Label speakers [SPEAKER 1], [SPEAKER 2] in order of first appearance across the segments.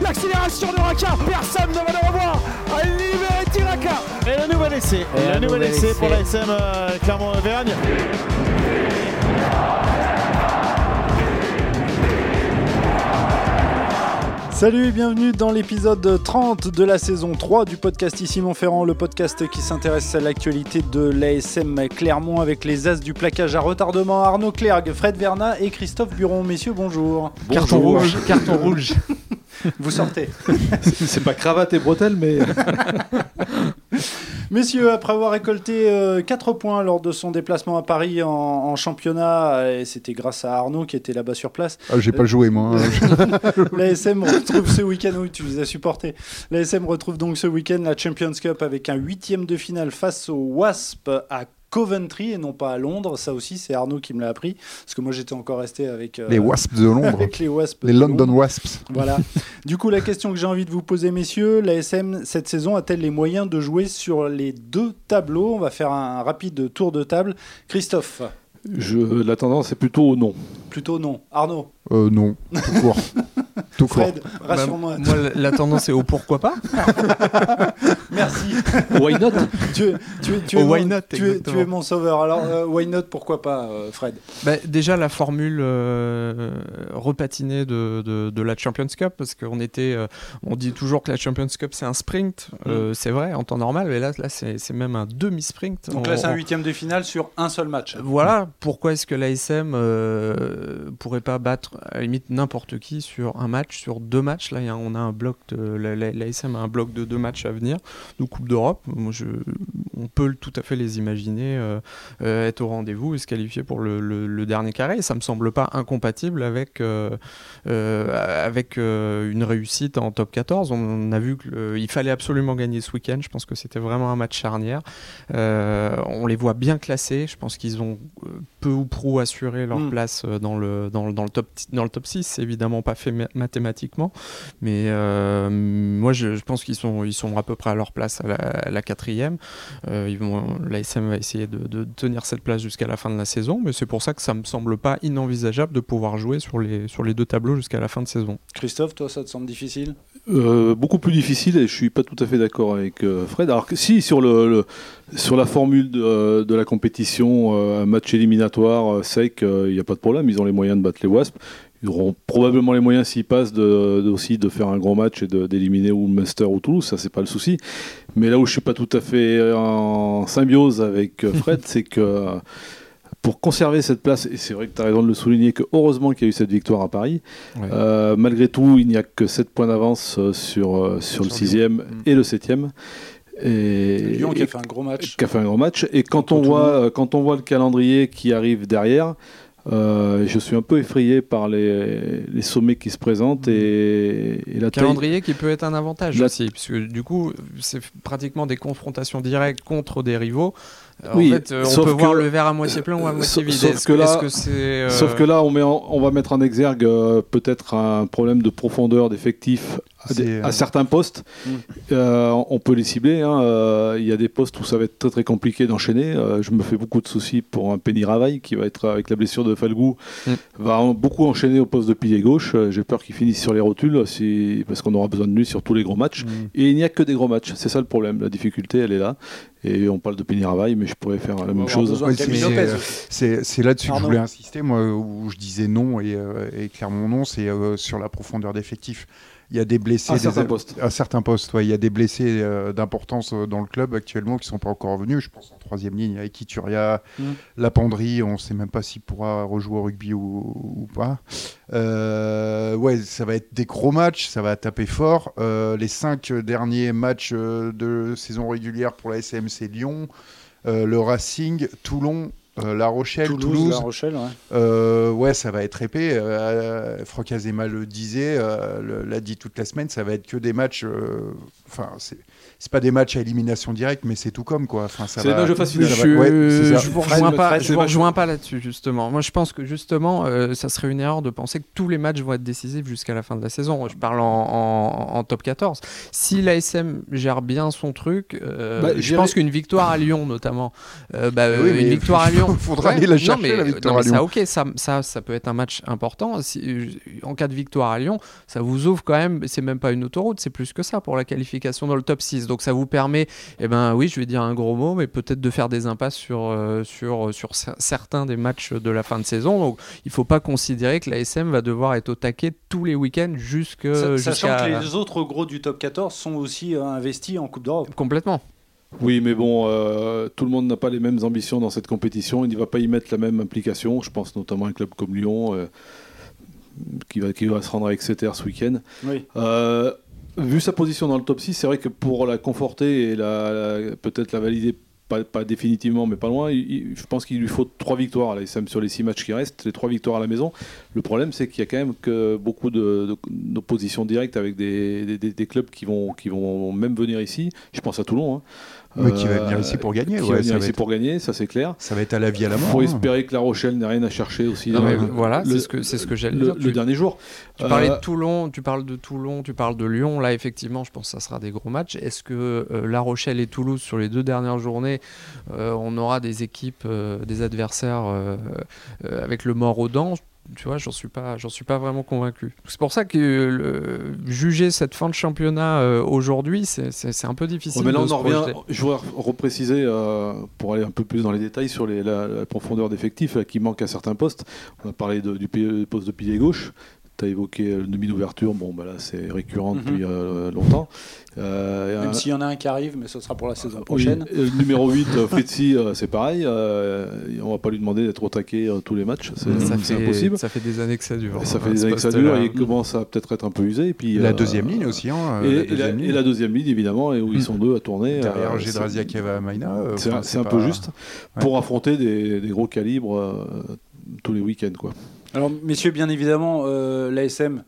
[SPEAKER 1] l'accélération de Raka. Personne ne va le revoir. Liberty Raka.
[SPEAKER 2] Et le nouvel essai.
[SPEAKER 3] Et
[SPEAKER 2] le
[SPEAKER 3] un
[SPEAKER 2] nouvel
[SPEAKER 3] nouvel
[SPEAKER 2] essai,
[SPEAKER 3] essai.
[SPEAKER 2] pour la SM Clermont-Auvergne.
[SPEAKER 3] Salut et bienvenue dans l'épisode 30 de la saison 3 du podcast Ici Montferrand, le podcast qui s'intéresse à l'actualité de l'ASM Clermont avec les as du plaquage à retardement Arnaud Clergue, Fred Verna et Christophe Buron. Messieurs, bonjour.
[SPEAKER 4] Carton rouge, carton rouge.
[SPEAKER 3] Vous sortez.
[SPEAKER 4] C'est pas cravate et bretelles, mais
[SPEAKER 3] Messieurs, après avoir récolté 4 points lors de son déplacement à Paris en, en championnat, et c'était grâce à Arnaud qui était là-bas sur place,
[SPEAKER 5] Ah, j'ai pas joué moi. hein.
[SPEAKER 3] L'ASM retrouve ce week-end, oui, tu les as supportés. L'ASM retrouve donc ce week-end la Champions Cup avec un huitième de finale face au Wasp à Coventry et non pas à Londres. Ça aussi, c'est Arnaud qui me l'a appris, parce que moi j'étais encore resté avec euh,
[SPEAKER 5] les Wasps de Londres,
[SPEAKER 3] Avec les Wasps.
[SPEAKER 5] les
[SPEAKER 3] de
[SPEAKER 5] London
[SPEAKER 3] Londres.
[SPEAKER 5] Wasps.
[SPEAKER 3] Voilà. Du coup, la question que j'ai envie de vous poser, messieurs, l'ASM, cette saison, a-t-elle les moyens de jouer sur les deux tableaux On va faire un rapide tour de table. Christophe,
[SPEAKER 4] je, la tendance est plutôt au non.
[SPEAKER 3] plutôt non. Arnaud,
[SPEAKER 5] Euh, non, tout court. tout court.
[SPEAKER 3] Fred,
[SPEAKER 6] Bah,
[SPEAKER 3] rassure-moi.
[SPEAKER 6] Moi, la- la tendance est au pourquoi pas.
[SPEAKER 3] Merci.
[SPEAKER 4] Why not
[SPEAKER 3] tu, es- tu es- tu es
[SPEAKER 6] Au
[SPEAKER 3] mon,
[SPEAKER 6] why not,
[SPEAKER 3] tu es- tu es
[SPEAKER 6] exactement.
[SPEAKER 3] mon sauveur. Alors, euh, why not, pourquoi pas, euh, Fred
[SPEAKER 6] Bah, déjà, la formule euh, repatinée de, de- de la Champions Cup, parce qu'on était. euh, on dit toujours que la Champions Cup, c'est un sprint.
[SPEAKER 3] Mm.
[SPEAKER 6] Euh, c'est vrai, en temps normal, mais là, là c'est c'est même un demi-sprint.
[SPEAKER 3] Donc
[SPEAKER 6] On-
[SPEAKER 3] là, c'est un
[SPEAKER 6] on-
[SPEAKER 3] huitième de finale sur un seul match.
[SPEAKER 6] Voilà pourquoi est-ce que l'ASM euh, pourrait pas battre à la limite n'importe qui sur un match, sur deux matchs. Là, il y a- on a un bloc de la- la- l'ASM a un bloc de deux matchs à venir de Coupe d'Europe. Moi, je- on peut le- tout à fait les imaginer euh, euh, être au rendez-vous et se qualifier pour le, le- le dernier carré. Ça me semble pas incompatible avec euh, euh, avec euh, une réussite en top 14. On, on a vu qu'il fallait absolument gagner ce week-end. Je pense que c'était vraiment un match charnière. Euh, on les voit bien classés. Je pense qu'ils ont euh, peu ou prou assuré leur
[SPEAKER 3] Mm.
[SPEAKER 6] place euh, dans le, dans, le- dans le top, ti- dans le top 6. C'est évidemment pas fait ma- mathématiquement. Mais euh, moi, je, je pense qu'ils sont, ils sont à peu près à leur place à la, à la quatrième. Euh, ils vont- L'ASM va essayer de, de tenir cette place jusqu'à la fin de la saison. Mais c'est pour ça que ça me semble pas inenvisageable de pouvoir jouer sur les, sur les deux tableaux jusqu'à la fin de saison.
[SPEAKER 3] Christophe, toi, ça te semble difficile
[SPEAKER 4] Euh, Beaucoup plus difficile et je suis pas tout à fait d'accord avec euh, Fred. Alors que si sur le, le- sur la formule de, euh, de la compétition, euh, un match éliminatoire euh, sec, euh, il n'y a pas de problème. Ils ont les moyens de battre les Wasps. Ils auront probablement les moyens s'ils passent de, de- aussi de faire un grand match et de- d'éliminer ou Munster ou Toulouse. Ça c'est pas le souci. Mais là où je suis pas tout à fait en symbiose avec euh, Fred, c'est que euh, pour conserver cette place, et c'est vrai que tu as raison de le souligner, que heureusement qu'il y a eu cette victoire à Paris,
[SPEAKER 6] Ouais.
[SPEAKER 4] euh, malgré tout, il n'y a que 7 points d'avance euh, sur, euh, sur le
[SPEAKER 6] Sur
[SPEAKER 4] 6e
[SPEAKER 6] Mm.
[SPEAKER 4] et le 7e. Et,
[SPEAKER 3] Lyon qui
[SPEAKER 4] et-
[SPEAKER 3] a fait un gros match.
[SPEAKER 4] qui a fait un grand match. Et quand on,
[SPEAKER 3] Contre
[SPEAKER 4] voit, euh, quand on voit le calendrier qui arrive derrière, euh, je suis un peu effrayé par les, les sommets qui se présentent et, et la taille
[SPEAKER 6] Calendrier qui peut être un avantage
[SPEAKER 4] La-
[SPEAKER 6] aussi, puisque du coup, c'est pratiquement des confrontations directes contre des rivaux. Euh,
[SPEAKER 4] Oui,
[SPEAKER 6] en fait, euh, on
[SPEAKER 4] sauf
[SPEAKER 6] peut
[SPEAKER 4] que-
[SPEAKER 6] voir le verre à moitié plein ou à moitié
[SPEAKER 4] sauf-
[SPEAKER 6] vide.
[SPEAKER 4] sauf
[SPEAKER 6] Est-ce
[SPEAKER 4] que là-
[SPEAKER 6] est-ce c'est, euh,
[SPEAKER 4] Sauf que là, on, met en- on va mettre en exergue euh, peut-être un problème de profondeur d'effectifs à, des-
[SPEAKER 6] C'est, euh,
[SPEAKER 4] à certains postes.
[SPEAKER 3] Mm.
[SPEAKER 4] Euh, on peut les cibler. hein, euh, Il y a des postes où ça va être très très compliqué d'enchaîner. Euh, je me fais beaucoup de soucis pour un Penny Ravaille qui va être avec la blessure de Falgou,
[SPEAKER 6] Mm.
[SPEAKER 4] va en- beaucoup enchaîner au poste de pilier gauche. Euh, J'ai peur qu'il finisse sur les rotules si- parce qu'on aura besoin de lui sur tous les gros
[SPEAKER 6] Mm.
[SPEAKER 4] matchs. Et il n'y a que des gros matchs. C'est ça le problème. La difficulté, elle est là. Et on parle de Penny Ravaille, mais je pourrais faire la même chose.
[SPEAKER 5] Ouais,
[SPEAKER 3] Camille
[SPEAKER 5] c'est-
[SPEAKER 3] Lopez.
[SPEAKER 5] euh, C'est c'est là-dessus que je
[SPEAKER 3] Arnaud.
[SPEAKER 5] voulais insister, moi, où je disais non et, euh, et clairement non, c'est euh, sur la profondeur d'effectif. Il y a des blessés
[SPEAKER 4] À
[SPEAKER 5] des-
[SPEAKER 4] certains postes.
[SPEAKER 5] à certains postes, ouais. il y a des blessés euh, d'importance euh, dans le club actuellement qui sont pas encore revenus. Je pense en troisième ligne avec Ituria,
[SPEAKER 3] Mm.
[SPEAKER 4] Hmm.
[SPEAKER 5] Lapendry, on ne sait même pas s'il pourra rejouer au rugby ou, ou pas. Euh, ouais, ça va être des gros matchs, ça va taper fort. Euh, les cinq derniers matchs euh, de saison régulière pour la SMC Lyon, euh, le Racing, Toulon, euh, La Rochelle,
[SPEAKER 3] Toulouse,
[SPEAKER 5] Toulouse.
[SPEAKER 3] La Rochelle, ouais.
[SPEAKER 5] Euh, ouais, ça va être épais. Euh, Franck Azema le disait, euh, le- l'a dit toute la semaine, ça va être que des matchs. euh, Enfin, c'est c'est pas des matchs à élimination directe, mais c'est tout comme quoi. Enfin, ça
[SPEAKER 4] C'est les
[SPEAKER 5] va-
[SPEAKER 4] nages de face
[SPEAKER 5] ça va-
[SPEAKER 4] finale.
[SPEAKER 6] Je,
[SPEAKER 5] ouais, c'est ça.
[SPEAKER 6] je vous rejoins
[SPEAKER 3] Fred,
[SPEAKER 6] pas,
[SPEAKER 3] Fred,
[SPEAKER 6] je
[SPEAKER 3] Fred.
[SPEAKER 6] vous rejoins pas là-dessus justement. Moi, je pense que justement, euh, ça serait une erreur de penser que tous les matchs vont être décisifs jusqu'à la fin de la saison. Je parle en, en- en top 14. Si l'ASM gère bien son truc, euh,
[SPEAKER 4] Bah,
[SPEAKER 6] je
[SPEAKER 4] gérer-
[SPEAKER 6] pense qu'une victoire à Lyon notamment, euh, bah,
[SPEAKER 5] Oui,
[SPEAKER 6] euh,
[SPEAKER 5] mais
[SPEAKER 6] une victoire à Lyon,
[SPEAKER 5] faudra
[SPEAKER 6] Ouais.
[SPEAKER 5] aller la
[SPEAKER 6] Non,
[SPEAKER 5] chercher,
[SPEAKER 6] mais- euh,
[SPEAKER 5] la victoire
[SPEAKER 6] non,
[SPEAKER 5] à
[SPEAKER 6] mais Ça,
[SPEAKER 5] Lyon.
[SPEAKER 6] ok, ça, ça, ça peut être un match important. Si, euh, en cas de victoire à Lyon, ça vous ouvre quand même. C'est même pas une autoroute, c'est plus que ça pour la qualification dans le top 6. Donc ça vous permet, eh ben oui, je vais dire un gros mot, mais peut-être de faire des impasses sur, euh, sur, sur cer- certains des matchs de la fin de saison. Donc il faut pas considérer que l'ASM va devoir être au taquet tous les week-ends jusque-
[SPEAKER 3] Sa-
[SPEAKER 6] euh, jusqu'à.
[SPEAKER 3] Sachant que les autres gros du top 14 sont aussi euh, investis en Coupe d'Europe.
[SPEAKER 6] Complètement.
[SPEAKER 4] Oui, mais bon, euh, tout le monde n'a pas les mêmes ambitions dans cette compétition. Il ne va pas y mettre la même implication. Je pense notamment à un club comme Lyon, euh, qui, va, qui va se rendre à Exeter ce week-end.
[SPEAKER 3] Oui.
[SPEAKER 4] Euh, vu sa position dans le top 6, c'est vrai que pour la conforter et la, la- peut-être la valider, pas, pas définitivement, mais pas loin, il- il- je pense qu'il lui faut trois victoires à l'ASM sur les six matchs qui restent, les trois victoires à la maison. Le problème, c'est qu'il y a quand même que beaucoup de- de- d'oppositions directes avec des, des- des- des clubs qui vont, qui vont même venir ici. Je pense à Toulon. hein.
[SPEAKER 5] Mais qui va
[SPEAKER 4] Euh,
[SPEAKER 5] venir ici pour
[SPEAKER 4] qui
[SPEAKER 5] gagner,
[SPEAKER 4] va
[SPEAKER 5] ouais,
[SPEAKER 4] venir
[SPEAKER 5] ça, va
[SPEAKER 4] ici
[SPEAKER 5] être,
[SPEAKER 4] pour gagner, ça c'est clair.
[SPEAKER 5] ça va être à la vie à la
[SPEAKER 4] Il
[SPEAKER 5] mort.
[SPEAKER 4] faut
[SPEAKER 5] hein.
[SPEAKER 4] espérer que La Rochelle n'ait rien à chercher aussi.
[SPEAKER 6] Non, mais
[SPEAKER 4] euh,
[SPEAKER 6] voilà,
[SPEAKER 4] le-
[SPEAKER 6] c'est ce que c'est ce que j'allais
[SPEAKER 4] le,
[SPEAKER 6] dire.
[SPEAKER 4] le
[SPEAKER 6] Tu-
[SPEAKER 4] dernier jour.
[SPEAKER 6] Tu parlais
[SPEAKER 4] Euh,
[SPEAKER 6] de Toulon, tu parles de Toulon, tu parles de Lyon. Là, effectivement, je pense que ça sera des gros matchs. Est-ce que euh, La Rochelle et Toulouse, sur les deux dernières journées, euh, on aura des équipes, euh, des adversaires euh, euh, avec le mort aux dents tu vois, j'en suis pas, j'en suis pas vraiment convaincu. C'est pour ça que euh, le- juger cette fin de championnat euh, aujourd'hui, c'est- c'est c'est un peu difficile.
[SPEAKER 4] Ouais, Oh, mais là,
[SPEAKER 6] de
[SPEAKER 4] on
[SPEAKER 6] se
[SPEAKER 4] en revient.
[SPEAKER 6] projeter.
[SPEAKER 4] Je voudrais repréciser euh, pour aller un peu plus dans les détails sur les- la, la profondeur d'effectifs euh, qui manque à certains postes. On a parlé de- du pi- poste de pilier gauche. Tu as évoqué euh, le demi d'ouverture. Bon, bah là, c'est récurrent
[SPEAKER 3] Mhm.
[SPEAKER 4] depuis euh, longtemps. Euh,
[SPEAKER 3] Même
[SPEAKER 4] un-
[SPEAKER 3] s'il y en a un qui arrive, mais ce sera pour la saison
[SPEAKER 4] oui,
[SPEAKER 3] prochaine.
[SPEAKER 4] euh, le numéro 8, euh, Fritzi, euh, c'est pareil. Euh, On on va pas lui demander d'être au taquet euh, tous les matchs. C'est
[SPEAKER 6] ça,
[SPEAKER 4] c'est
[SPEAKER 6] fait,
[SPEAKER 4] impossible.
[SPEAKER 6] ça fait des années que ça dure.
[SPEAKER 4] Et ça fait
[SPEAKER 6] hein,
[SPEAKER 4] des
[SPEAKER 6] ce
[SPEAKER 4] années que ça
[SPEAKER 6] poste-là.
[SPEAKER 4] dure. et Il commence à peut-être être un peu usé. Et puis,
[SPEAKER 5] La
[SPEAKER 4] euh,
[SPEAKER 5] deuxième ligne aussi. Hein, euh,
[SPEAKER 4] Et,
[SPEAKER 5] la
[SPEAKER 4] et la,
[SPEAKER 5] deuxième
[SPEAKER 4] et
[SPEAKER 5] ligne.
[SPEAKER 4] la deuxième ligne, évidemment, et où ils sont deux à tourner.
[SPEAKER 5] Derrière
[SPEAKER 4] euh,
[SPEAKER 5] Gédrasia Maïna. euh,
[SPEAKER 4] C'est
[SPEAKER 5] enfin,
[SPEAKER 4] un, c'est un
[SPEAKER 5] pas-
[SPEAKER 4] peu juste
[SPEAKER 5] ouais.
[SPEAKER 4] pour affronter des, des gros calibres euh, tous les week-ends. Quoi.
[SPEAKER 3] Alors, messieurs, bien évidemment, euh, l'ASM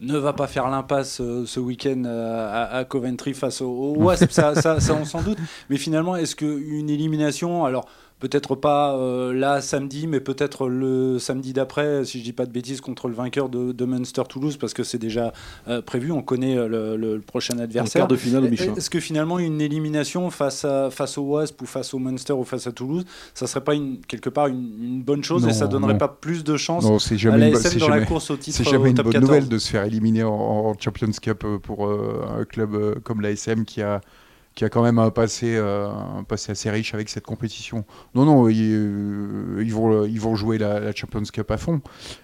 [SPEAKER 3] ne va pas faire l'impasse euh, ce week-end euh, à, à Coventry face au, au Wasp, ça, ça, ça, on s'en doute. Mais finalement, est-ce qu'une élimination, alors peut-être pas euh, là samedi, mais peut-être le samedi d'après, si je dis pas de bêtises, contre le vainqueur de, de Munster-Toulouse, parce que c'est déjà euh, prévu, on connaît euh, le, le prochain
[SPEAKER 4] En
[SPEAKER 3] adversaire.
[SPEAKER 4] quart de finale au Michelin.
[SPEAKER 3] Est-ce que finalement une élimination face, à, face au Wasp ou face au Munster ou face à Toulouse, ça serait pas une, quelque part une, une bonne chose
[SPEAKER 5] Non,
[SPEAKER 3] et ça donnerait
[SPEAKER 5] non.
[SPEAKER 3] pas plus de chance
[SPEAKER 5] Non, c'est
[SPEAKER 3] à
[SPEAKER 5] jamais une, bo-
[SPEAKER 3] l'ASM
[SPEAKER 5] c'est
[SPEAKER 3] dans la
[SPEAKER 5] jamais,
[SPEAKER 3] course au titre euh,
[SPEAKER 5] c'est jamais
[SPEAKER 3] au
[SPEAKER 5] une
[SPEAKER 3] top
[SPEAKER 5] bonne
[SPEAKER 3] 14
[SPEAKER 5] nouvelle de se faire éliminer en, en Champions Cup euh, pour euh, un club euh, comme l'ASM qui a, qui a quand même un passé, euh, un passé assez riche avec cette compétition. Non, non, ils, euh, ils vont, ils vont jouer la, la Champions Cup à fond.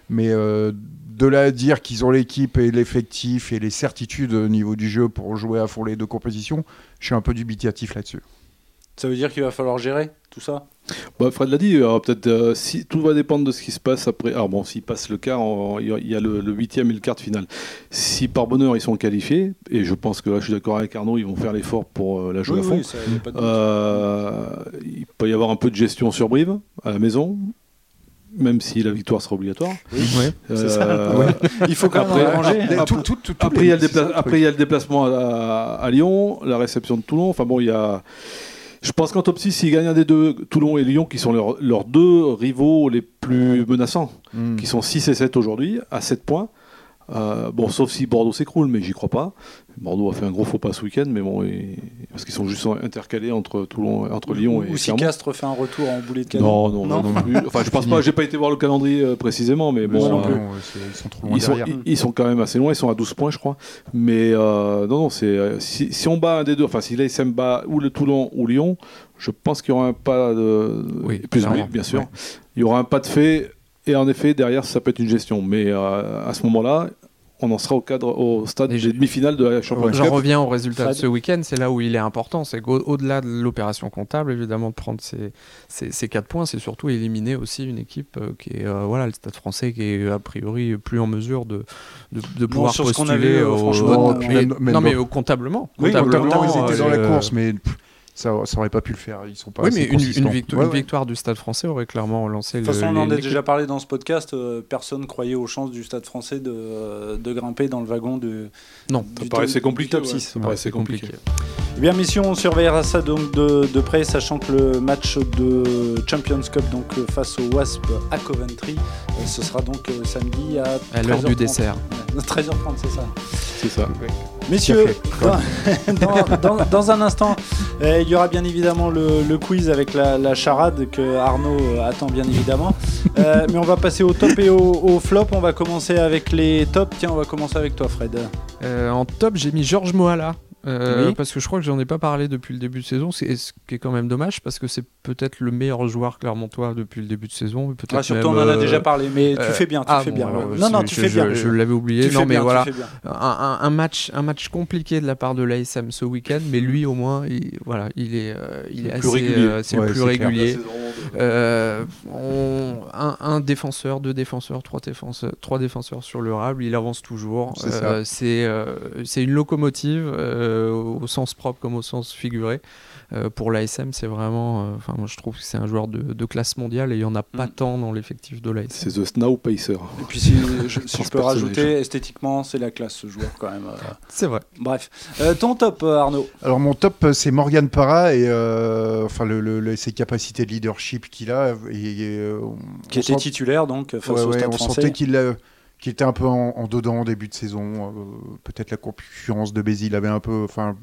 [SPEAKER 5] Mais euh, de là à dire qu'ils ont l'équipe et l'effectif et les certitudes au niveau du jeu pour jouer à fond les deux compétitions, je suis un peu dubitatif là-dessus.
[SPEAKER 3] Ça veut dire qu'il va falloir gérer tout ça
[SPEAKER 4] Bah, Fred l'a dit, alors peut-être euh, si tout va dépendre de ce qui se passe après. Alors bon, s'il passe le quart, en- il y a- il y a le le huitième et le quart de finale. Si par bonheur ils sont qualifiés, et je pense que là je suis d'accord avec Arnaud, ils vont faire l'effort pour euh, la jouer à fond.
[SPEAKER 3] ça, y a pas de doute.
[SPEAKER 4] Euh, il peut y avoir un peu de gestion sur Brive à la maison, même si la victoire sera obligatoire.
[SPEAKER 6] Ouais.
[SPEAKER 3] C'est ça,
[SPEAKER 4] Euh,
[SPEAKER 3] Il faut quand même
[SPEAKER 4] après-
[SPEAKER 3] arranger.
[SPEAKER 5] Ah, Mais
[SPEAKER 4] après-
[SPEAKER 5] tout- tout- tout- tous
[SPEAKER 4] Après,
[SPEAKER 5] les-
[SPEAKER 4] il y a le
[SPEAKER 5] c'est ça,
[SPEAKER 4] dépla-
[SPEAKER 5] le truc.
[SPEAKER 4] après, il y a le déplacement à, à Lyon, la réception de Toulon. Enfin bon, il y a. Je pense qu'en top 6, s'ils gagnent un des deux, Toulon et Lyon, qui sont leurs leurs deux rivaux les plus menaçants,
[SPEAKER 5] Mm.
[SPEAKER 4] qui sont 6 et 7 aujourd'hui, à 7 points. Euh, bon, sauf si Bordeaux s'écroule, mais j'y crois pas. Bordeaux a fait un gros faux pas ce week-end, mais bon, et- parce qu'ils sont juste intercalés entre Toulon, entre Lyon et
[SPEAKER 3] Ou si
[SPEAKER 4] Clermont.
[SPEAKER 3] Castres fait un retour en boulet de canon.
[SPEAKER 4] Non, non, non, non plus. Enfin, je pense pas. J'ai pas été voir le calendrier euh, précisément, mais bon.
[SPEAKER 5] Ils sont-
[SPEAKER 4] euh,
[SPEAKER 5] c'est- ils sont trop loin
[SPEAKER 4] ils sont,
[SPEAKER 5] derrière.
[SPEAKER 4] ils- ils sont quand même assez loin, ils sont à 12 points, je crois. Mais euh, non, non, c'est euh, si, si on bat un des deux, enfin si l'ASM bat ou le Toulon ou Lyon, je pense qu'il y aura un pas de.
[SPEAKER 6] Oui,
[SPEAKER 4] plus
[SPEAKER 6] clairement.
[SPEAKER 4] oui, bien sûr. Il y aura un pas de fait, et en effet, derrière, ça peut être une gestion. Mais euh, à ce moment-là, on en sera au cadre, au stade
[SPEAKER 6] Et
[SPEAKER 4] des
[SPEAKER 6] j'ai-
[SPEAKER 4] demi-finales de la Champions
[SPEAKER 6] J'en
[SPEAKER 4] Cup.
[SPEAKER 6] reviens au résultat
[SPEAKER 3] Fred.
[SPEAKER 6] de ce week-end, c'est là où il est important, c'est qu'au-delà de l'opération comptable, évidemment, de prendre ces, ces, ces quatre points, c'est surtout éliminer aussi une équipe euh, qui est, euh, voilà, le Stade français qui est a priori plus en mesure de, de, de pouvoir
[SPEAKER 3] sur ce qu'on a
[SPEAKER 6] postuler
[SPEAKER 3] vu, euh,
[SPEAKER 6] au-
[SPEAKER 3] franchement,
[SPEAKER 6] au-
[SPEAKER 5] euh,
[SPEAKER 6] mais-
[SPEAKER 5] même- même
[SPEAKER 6] non,
[SPEAKER 5] dans-
[SPEAKER 6] mais euh, comptablement.
[SPEAKER 5] Oui, notamment, ils
[SPEAKER 6] euh,
[SPEAKER 5] étaient dans la
[SPEAKER 6] euh,
[SPEAKER 5] course, mais pff, ça, ça aurait pas pu le faire. Ils sont pas
[SPEAKER 6] Oui,
[SPEAKER 5] assez
[SPEAKER 6] mais une,
[SPEAKER 5] consistants.
[SPEAKER 6] une victo-
[SPEAKER 5] Ouais,
[SPEAKER 6] une
[SPEAKER 5] ouais.
[SPEAKER 6] victoire du Stade français aurait clairement lancé
[SPEAKER 3] De
[SPEAKER 6] le.
[SPEAKER 3] toute façon, on
[SPEAKER 6] les-
[SPEAKER 3] en a
[SPEAKER 6] les-
[SPEAKER 3] déjà parlé dans ce podcast. euh, personne croyait aux chances du Stade français de, de grimper dans le wagon de.
[SPEAKER 6] Non.
[SPEAKER 3] du
[SPEAKER 4] Ça
[SPEAKER 3] top-
[SPEAKER 4] paraissait
[SPEAKER 3] du
[SPEAKER 4] compliqué,
[SPEAKER 3] top
[SPEAKER 4] ouais.
[SPEAKER 3] 6.
[SPEAKER 4] Ça paraissait compliqué.
[SPEAKER 3] Eh bien, messieurs, on surveillera ça donc de, de près, sachant que le match de Champions Cup donc euh, face au Wasp à Coventry, euh, ce sera donc euh, samedi à,
[SPEAKER 6] À l'heure du
[SPEAKER 3] 13h30.
[SPEAKER 6] dessert.
[SPEAKER 3] Ouais, 13h30, c'est ça.
[SPEAKER 4] C'est ça.
[SPEAKER 3] Messieurs, dans, dans- dans- dans un instant, euh, il y aura bien évidemment le, le quiz avec la, la charade que Arnaud euh, attend bien évidemment. Euh, mais on va passer au top et au, au flop. On va commencer avec les tops. Tiens, on va commencer avec toi, Fred.
[SPEAKER 6] Euh, en top, j'ai mis Georges Moala. euh,
[SPEAKER 3] Oui.
[SPEAKER 6] Parce que je crois que j'en ai pas parlé depuis le début de saison, c'est- ce qui est quand même dommage parce que c'est peut-être le meilleur joueur clermontois depuis le début de saison. et peut-être
[SPEAKER 3] Ah, surtout,
[SPEAKER 6] même,
[SPEAKER 3] on en a
[SPEAKER 6] euh,
[SPEAKER 3] déjà parlé, mais tu
[SPEAKER 6] euh,
[SPEAKER 3] fais bien, tu
[SPEAKER 6] ah,
[SPEAKER 3] fais
[SPEAKER 6] bon,
[SPEAKER 3] bien.
[SPEAKER 6] alors,
[SPEAKER 3] non, non,
[SPEAKER 6] c'est-
[SPEAKER 3] tu
[SPEAKER 6] je-
[SPEAKER 3] fais bien.
[SPEAKER 6] Je, je l'avais oublié.
[SPEAKER 3] Tu
[SPEAKER 6] non,
[SPEAKER 3] fais
[SPEAKER 6] mais
[SPEAKER 3] bien, tu
[SPEAKER 6] voilà,
[SPEAKER 3] fais bien.
[SPEAKER 6] un, un- un match, un match compliqué de la part de l'ASM ce week-end, mais lui au moins, il, voilà, il est, euh, il est
[SPEAKER 4] Le plus
[SPEAKER 6] assez,
[SPEAKER 4] régulier.
[SPEAKER 6] euh, c'est
[SPEAKER 5] Ouais,
[SPEAKER 6] le plus
[SPEAKER 5] c'est clair.
[SPEAKER 6] régulier. Euh, on- un, un défenseur, deux défenseurs, trois défenseurs, trois défenseurs sur le rable. Il avance toujours.
[SPEAKER 5] C'est ça.
[SPEAKER 6] Euh, C'est euh, c'est une locomotive euh, au sens propre comme au sens figuré. Euh, pour l'ASM, c'est vraiment. euh, Enfin, moi, je trouve que c'est un joueur de, de classe mondiale et il y en a pas
[SPEAKER 3] Mm.
[SPEAKER 6] tant dans l'effectif de l'ASM.
[SPEAKER 4] C'est The Snow Pacer.
[SPEAKER 3] Et puis, si je, si je peux
[SPEAKER 4] Transpersonnage.
[SPEAKER 3] rajouter, esthétiquement, c'est la classe ce joueur quand même. euh.
[SPEAKER 6] C'est vrai.
[SPEAKER 3] Bref, Euh, ton top, euh, Arnaud.
[SPEAKER 5] Alors mon top, euh, c'est Morgan Parra et euh, enfin le, le- le- ses capacités de leadership qu'il a. Et, et, euh, on-
[SPEAKER 3] Qui
[SPEAKER 5] on
[SPEAKER 3] était
[SPEAKER 5] sent-
[SPEAKER 3] titulaire donc euh, face
[SPEAKER 5] Ouais,
[SPEAKER 3] au
[SPEAKER 5] ouais,
[SPEAKER 3] Stade
[SPEAKER 5] on
[SPEAKER 3] Français.
[SPEAKER 5] sentait qu'il euh, qu'il était un peu en, en dedans en début de saison. euh, Peut-être la concurrence de Bézil avait un peu, enfin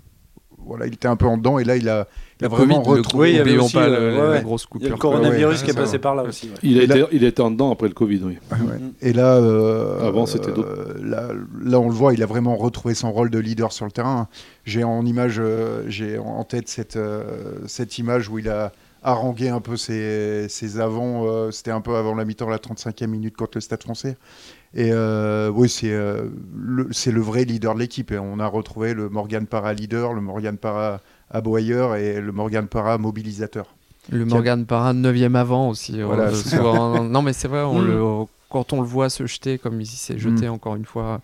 [SPEAKER 5] voilà, il était un peu en dedans et là il a, il a vraiment
[SPEAKER 6] Covid, le
[SPEAKER 5] retrouvé.
[SPEAKER 3] Oui, il y avait
[SPEAKER 6] N'oublions
[SPEAKER 3] aussi,
[SPEAKER 6] pas
[SPEAKER 3] euh,
[SPEAKER 6] le-
[SPEAKER 3] ouais,
[SPEAKER 6] la
[SPEAKER 3] ouais.
[SPEAKER 6] grosse
[SPEAKER 3] Il y a
[SPEAKER 6] coupure.
[SPEAKER 3] le coronavirus
[SPEAKER 5] Ouais, ouais,
[SPEAKER 3] qui est
[SPEAKER 5] ça
[SPEAKER 3] passé
[SPEAKER 6] va.
[SPEAKER 3] par là aussi. ouais.
[SPEAKER 4] Il, a
[SPEAKER 5] Il a-
[SPEAKER 4] été- il était en dedans après le Covid, oui.
[SPEAKER 5] Ouais. Et là, euh,
[SPEAKER 4] Avant, c'était
[SPEAKER 5] euh,
[SPEAKER 4] d'autres.
[SPEAKER 5] là, là, on le voit, il a vraiment retrouvé son rôle de leader sur le terrain. J'ai en image, euh, j'ai en tête cette, euh, cette image où il a harangué un peu ses, ses avants. euh, c'était un peu avant la mi-temps, la 35e minute contre le Stade français. Et euh, oui, c'est euh, le, c'est le vrai leader de l'équipe. Et on a retrouvé le Morgan Parra leader, le Morgan Parra aboyeur et le Morgan Parra mobilisateur.
[SPEAKER 6] Le Morgan Parra, 9 avant aussi. euh,
[SPEAKER 5] Voilà,
[SPEAKER 6] euh,
[SPEAKER 5] c'est
[SPEAKER 6] souvent. non, mais c'est vrai, on
[SPEAKER 3] Mm.
[SPEAKER 6] le- on- quand on le voit se jeter comme il s'est jeté encore une fois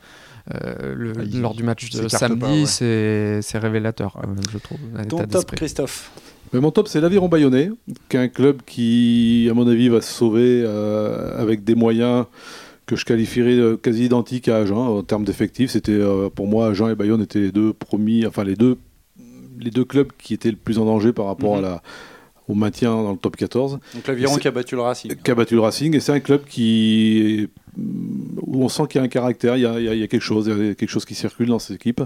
[SPEAKER 6] euh, le-
[SPEAKER 5] Mm. Ah, il-
[SPEAKER 6] lors du match
[SPEAKER 5] il
[SPEAKER 6] de
[SPEAKER 5] s'écarte
[SPEAKER 6] samedi,
[SPEAKER 5] pas, ouais.
[SPEAKER 6] c'est c'est révélateur, euh, je trouve, un
[SPEAKER 3] Ton
[SPEAKER 6] état
[SPEAKER 3] top,
[SPEAKER 6] d'esprit.
[SPEAKER 3] Christophe.
[SPEAKER 4] Mais mon top, c'est l'Aviron Bayonnais, qui est un club qui, à mon avis, va se sauver euh, avec des moyens que je qualifierais de quasi identiques à Agen en termes d'effectifs. C'était euh, pour moi Agen et Bayonne étaient les deux premiers, enfin les deux les deux clubs qui étaient le plus en danger par rapport
[SPEAKER 3] Mhm.
[SPEAKER 4] à la au maintien dans le top 14,
[SPEAKER 3] Donc l'aviron
[SPEAKER 4] C'est-
[SPEAKER 3] qui a battu le Racing. hein.
[SPEAKER 4] qu'a battu le Racing. Et c'est un club qui où on sent qu'il y a un caractère, il y a, il y a- il y a quelque chose, il y a quelque chose qui circule dans cette équipe.